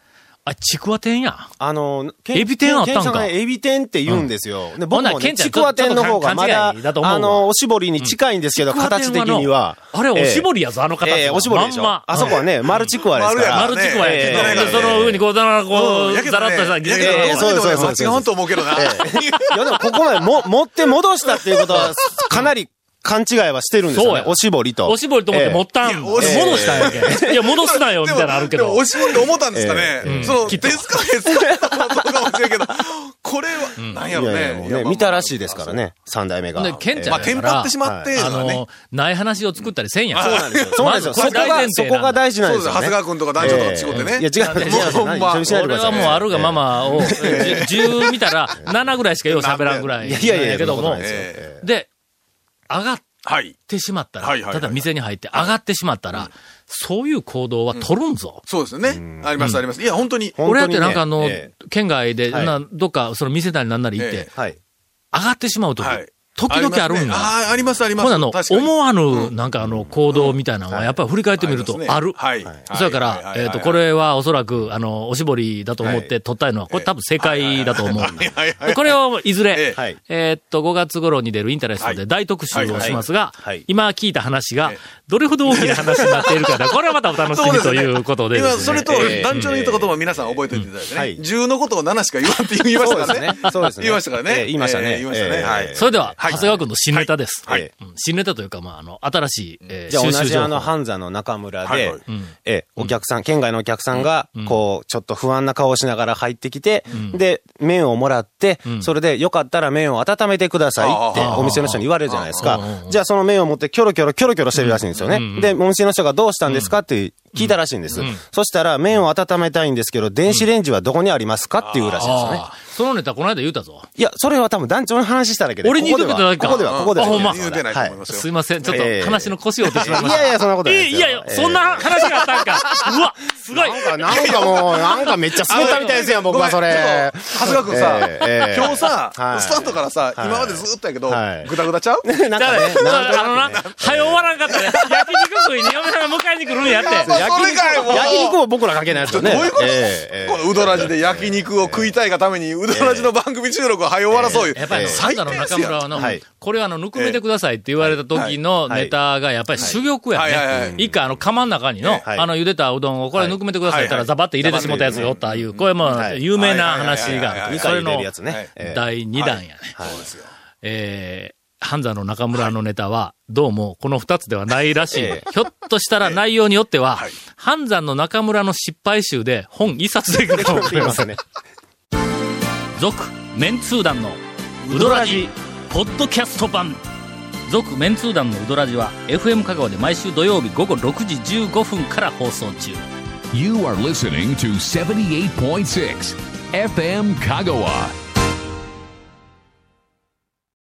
[SPEAKER 1] あ、ちくわ天や。
[SPEAKER 4] あの、け
[SPEAKER 1] エビ天あったんか
[SPEAKER 4] ケンさがねエビ天って言うんですよ。で
[SPEAKER 1] ほん
[SPEAKER 4] 僕
[SPEAKER 1] なら
[SPEAKER 4] も
[SPEAKER 1] ケ
[SPEAKER 4] ね、
[SPEAKER 1] ンちゃん
[SPEAKER 4] ちくわ天の方がま
[SPEAKER 1] ちょっと
[SPEAKER 4] だ
[SPEAKER 1] 勘違いだと、思うわ
[SPEAKER 4] あの、おしぼりに近いんですけど、
[SPEAKER 1] ちくわ天
[SPEAKER 4] 形的には。
[SPEAKER 1] あれ、おしぼ
[SPEAKER 4] り
[SPEAKER 1] りやぞ、あの形は。
[SPEAKER 4] ええ、おしぼりでしょ。
[SPEAKER 1] まんま。
[SPEAKER 4] あそこはね、丸ちくわですか
[SPEAKER 3] うん
[SPEAKER 4] ら。
[SPEAKER 1] 丸ちくわやけど、
[SPEAKER 4] ええ
[SPEAKER 1] でその上にこう、だらこう、
[SPEAKER 3] やけ
[SPEAKER 1] ざら
[SPEAKER 3] ど
[SPEAKER 1] っ
[SPEAKER 3] ね、
[SPEAKER 1] とした
[SPEAKER 3] や
[SPEAKER 1] ギ
[SPEAKER 3] け
[SPEAKER 1] ザギ
[SPEAKER 3] ど
[SPEAKER 1] ザ
[SPEAKER 4] ええ
[SPEAKER 3] どう見ても
[SPEAKER 4] そう
[SPEAKER 3] ね、
[SPEAKER 4] です
[SPEAKER 3] そっちが本と思うけどな。
[SPEAKER 4] いやでもここまでも持って戻したっていうこ
[SPEAKER 1] [laughs]
[SPEAKER 4] とは、かなり勘違いはしてるんです
[SPEAKER 1] そう
[SPEAKER 4] よね
[SPEAKER 1] や。
[SPEAKER 4] おしぼりと。
[SPEAKER 1] おしぼりと思って持ったん。
[SPEAKER 3] ええいや
[SPEAKER 1] 戻
[SPEAKER 3] おし
[SPEAKER 1] したんやけん。い
[SPEAKER 4] [laughs]
[SPEAKER 1] や、戻すなよ、みたいなのあるけ
[SPEAKER 3] で
[SPEAKER 1] ど
[SPEAKER 3] も、。おしぼりと思ったんですかね。
[SPEAKER 1] ん
[SPEAKER 3] その、
[SPEAKER 1] き
[SPEAKER 3] 手
[SPEAKER 1] っと
[SPEAKER 3] づかれ使ったことかもしれんけど、これは、なんや
[SPEAKER 4] い
[SPEAKER 3] ろう
[SPEAKER 4] やいや
[SPEAKER 3] ね。
[SPEAKER 4] も
[SPEAKER 3] い
[SPEAKER 4] う
[SPEAKER 3] やまあ
[SPEAKER 4] ね、見たらしいですからね、三代目が。
[SPEAKER 1] で、ケンち
[SPEAKER 3] ま
[SPEAKER 1] ゃ
[SPEAKER 3] あ、
[SPEAKER 1] ん
[SPEAKER 3] テ
[SPEAKER 1] や
[SPEAKER 3] ン
[SPEAKER 1] か
[SPEAKER 3] パ
[SPEAKER 1] ら
[SPEAKER 3] ってしまって、
[SPEAKER 1] あ
[SPEAKER 3] のはね
[SPEAKER 1] の、ない話を作ったりせんやん。
[SPEAKER 4] そうなんですよ。そうなんですよ。
[SPEAKER 1] まず
[SPEAKER 4] そこ
[SPEAKER 1] これ大前
[SPEAKER 4] が、そ
[SPEAKER 1] 提
[SPEAKER 4] こ
[SPEAKER 1] なんだ
[SPEAKER 4] が大事なんです
[SPEAKER 3] そうです
[SPEAKER 4] よ、ね。
[SPEAKER 3] 長谷川君とか男女とか仕事ね。
[SPEAKER 4] いや、違う、違う、違う
[SPEAKER 3] ほんま
[SPEAKER 4] 何一緒にしないでく
[SPEAKER 1] 俺
[SPEAKER 4] ださ
[SPEAKER 1] はい
[SPEAKER 4] ね。
[SPEAKER 1] もうあるがままを、えじゅ10見たら、7ぐらいしかよう喋らんぐら
[SPEAKER 4] え
[SPEAKER 1] い。
[SPEAKER 4] [laughs] え。いやいやいや、
[SPEAKER 1] けど
[SPEAKER 4] そんなこ
[SPEAKER 1] も
[SPEAKER 4] とない。ですよええ
[SPEAKER 1] で、上がっ
[SPEAKER 3] はい。
[SPEAKER 1] ってしまったら、
[SPEAKER 3] はいはいはい
[SPEAKER 1] ただ店に入って上がってしまったら、そういう行動は取るんぞ。
[SPEAKER 3] そうですよね。あります、あります。いや、本当に。
[SPEAKER 4] 本当
[SPEAKER 1] 俺だ
[SPEAKER 4] に
[SPEAKER 1] っ
[SPEAKER 4] ね
[SPEAKER 1] てなんかあの、
[SPEAKER 4] え
[SPEAKER 1] 県外で、
[SPEAKER 4] はい
[SPEAKER 1] などっか、その店なりなんなり行って、
[SPEAKER 3] え
[SPEAKER 4] はい。
[SPEAKER 1] 上がってしまうとき、
[SPEAKER 3] はい
[SPEAKER 1] 時々あるんだ。
[SPEAKER 3] ありますねあー、あります、あります。
[SPEAKER 1] ほなあの
[SPEAKER 3] 確、かに
[SPEAKER 1] 思わぬ、なんかあの、行動みたいなのは、やっぱり振り返ってみると
[SPEAKER 3] あり、ます
[SPEAKER 1] あ
[SPEAKER 3] ね
[SPEAKER 1] る。
[SPEAKER 3] はい。
[SPEAKER 1] それか
[SPEAKER 3] はい
[SPEAKER 1] ら、えっと、こ。れはおそらく、あの、おしぼりだと思っ
[SPEAKER 4] は
[SPEAKER 1] て取ったのは、これ多分正解だと思うんだ。
[SPEAKER 3] はいはいはいはいはいはい
[SPEAKER 1] でこれをいず
[SPEAKER 3] え
[SPEAKER 1] れ
[SPEAKER 3] え、
[SPEAKER 4] はい。
[SPEAKER 1] えーっと、5月頃に出るインタレストで大特集をしますが
[SPEAKER 4] はいはい、
[SPEAKER 1] 今聞いた話が
[SPEAKER 3] ええ、
[SPEAKER 1] どれほど大きな話になっているか
[SPEAKER 3] [laughs]
[SPEAKER 1] な、これはまたお楽しみということでで
[SPEAKER 3] 今、
[SPEAKER 1] す
[SPEAKER 3] そ
[SPEAKER 1] ね。
[SPEAKER 3] れと、団長の言ったことも皆さん覚えておいていただいて
[SPEAKER 4] は
[SPEAKER 3] ね。
[SPEAKER 4] い
[SPEAKER 3] 10のことを7しか言わんって言いましたからね。
[SPEAKER 4] そうですねそうですね
[SPEAKER 3] 言いましたからね
[SPEAKER 4] え。え言いましたね
[SPEAKER 3] ええ言いました
[SPEAKER 4] え
[SPEAKER 3] ね。
[SPEAKER 4] え
[SPEAKER 3] はい。
[SPEAKER 1] それでは、
[SPEAKER 3] は
[SPEAKER 1] 長
[SPEAKER 3] い
[SPEAKER 1] 谷川君の新ネタです。
[SPEAKER 4] はいはい
[SPEAKER 1] うん新ネタというか、まあ、あの、新しい、えー
[SPEAKER 4] じゃあ同
[SPEAKER 1] 収集
[SPEAKER 4] じ
[SPEAKER 1] 情
[SPEAKER 4] あの、
[SPEAKER 1] 報。
[SPEAKER 4] ハンザの中村
[SPEAKER 3] はい
[SPEAKER 4] で
[SPEAKER 3] はい、
[SPEAKER 4] ええ、お客さん、県外のお客さんが、こう、ちょっと不安な顔をしながら入ってきて、で、麺をもらって、それで、よかったら麺を温めてくださいって、
[SPEAKER 3] あ
[SPEAKER 1] あ
[SPEAKER 4] お店の人に言われるじゃないですか
[SPEAKER 1] うんうんう。ん
[SPEAKER 4] じゃあその麺を持って、キョロキョロキョロキョロしてるらしいんですよね。で、お店の人がどうしたんですかって聞いたらしいんです。そしたら、麺を温めたいんですけど、電子レンジはどこにありますかっていうらしいですよね。
[SPEAKER 1] あーそのネタ、この間言うたぞ。
[SPEAKER 4] いや、それは多分団長に話しただけで。
[SPEAKER 1] 俺に
[SPEAKER 4] ここで
[SPEAKER 1] 言うと
[SPEAKER 4] は
[SPEAKER 1] けただけか
[SPEAKER 4] ここでは、ここでは。
[SPEAKER 1] あほんま
[SPEAKER 3] 言うてないと思いますよ。
[SPEAKER 1] すいません、ちょっ
[SPEAKER 4] ええ
[SPEAKER 1] と話の腰を折ってしまいま
[SPEAKER 4] い
[SPEAKER 1] した。
[SPEAKER 4] やいや、そんなことないで
[SPEAKER 1] え
[SPEAKER 4] す
[SPEAKER 1] い
[SPEAKER 4] よ。
[SPEAKER 1] やいや、
[SPEAKER 4] ええ
[SPEAKER 1] そんな話があったん
[SPEAKER 4] [laughs]
[SPEAKER 1] か。うわ、すごい。
[SPEAKER 4] なんかもう、なんかめっちゃ滑ったみたいですよ、僕はそれ。
[SPEAKER 3] 長谷川君さ、
[SPEAKER 4] ええええ
[SPEAKER 3] 今日さ、
[SPEAKER 4] はい
[SPEAKER 3] スタートからさ、
[SPEAKER 4] はい
[SPEAKER 3] 今までずっとやけど、
[SPEAKER 4] はい
[SPEAKER 3] ぐだぐだちゃう
[SPEAKER 4] な
[SPEAKER 1] だ
[SPEAKER 4] んか
[SPEAKER 1] か
[SPEAKER 4] ね、
[SPEAKER 1] ら、あのな、
[SPEAKER 4] なんとなくね。
[SPEAKER 1] 早終わらんかったね。焼き肉食いに嫁さんが迎えに来るんやって。
[SPEAKER 3] それかよ、もう。
[SPEAKER 4] 焼肉も僕ら関係ないですよね。
[SPEAKER 3] どういうこと
[SPEAKER 4] えええ
[SPEAKER 3] このうどらじで焼肉を食いたいがために、うどらじの番組収録を早終わらそういう。
[SPEAKER 1] やっぱり、サ
[SPEAKER 3] 最
[SPEAKER 1] イダ
[SPEAKER 3] 低
[SPEAKER 1] の
[SPEAKER 3] です
[SPEAKER 1] 中
[SPEAKER 3] よ
[SPEAKER 1] 村はの
[SPEAKER 4] はい、
[SPEAKER 1] これはあの、ぬくめてくださいって言われた時の
[SPEAKER 4] はい
[SPEAKER 1] ネタが、やっぱり珠玉
[SPEAKER 3] はいはいはい
[SPEAKER 1] や
[SPEAKER 3] はい
[SPEAKER 1] ね。一回あの、釜の中にの
[SPEAKER 4] え、はい
[SPEAKER 1] あの、茹でたうどんをこれぬくめてくださいって言った
[SPEAKER 3] は
[SPEAKER 1] ら、
[SPEAKER 3] い
[SPEAKER 1] ザバって入れてしまったやつがおったいう、これも
[SPEAKER 4] は
[SPEAKER 1] う、
[SPEAKER 4] い
[SPEAKER 1] 有名な話があっ
[SPEAKER 3] は
[SPEAKER 1] て、
[SPEAKER 3] い
[SPEAKER 4] 二
[SPEAKER 1] そ
[SPEAKER 4] 回
[SPEAKER 1] れ
[SPEAKER 4] 入れ
[SPEAKER 1] の
[SPEAKER 4] るやつね。ええ
[SPEAKER 1] 第2弾やね。
[SPEAKER 3] そうですよ。
[SPEAKER 1] えーハンザの中村のネタは、どうもこの二つではないらしい。ひょっとしたら内容によっては、ハンザの中村の失敗集で本一冊でいくかもしれません。続、メンツー団のウドラジ、ポッドキャスト版。続、メンツー団のウドラジは、FM 香川で毎週土曜日午後6時15分から放送中。
[SPEAKER 2] You are listening to 78.6 FM Kagawa.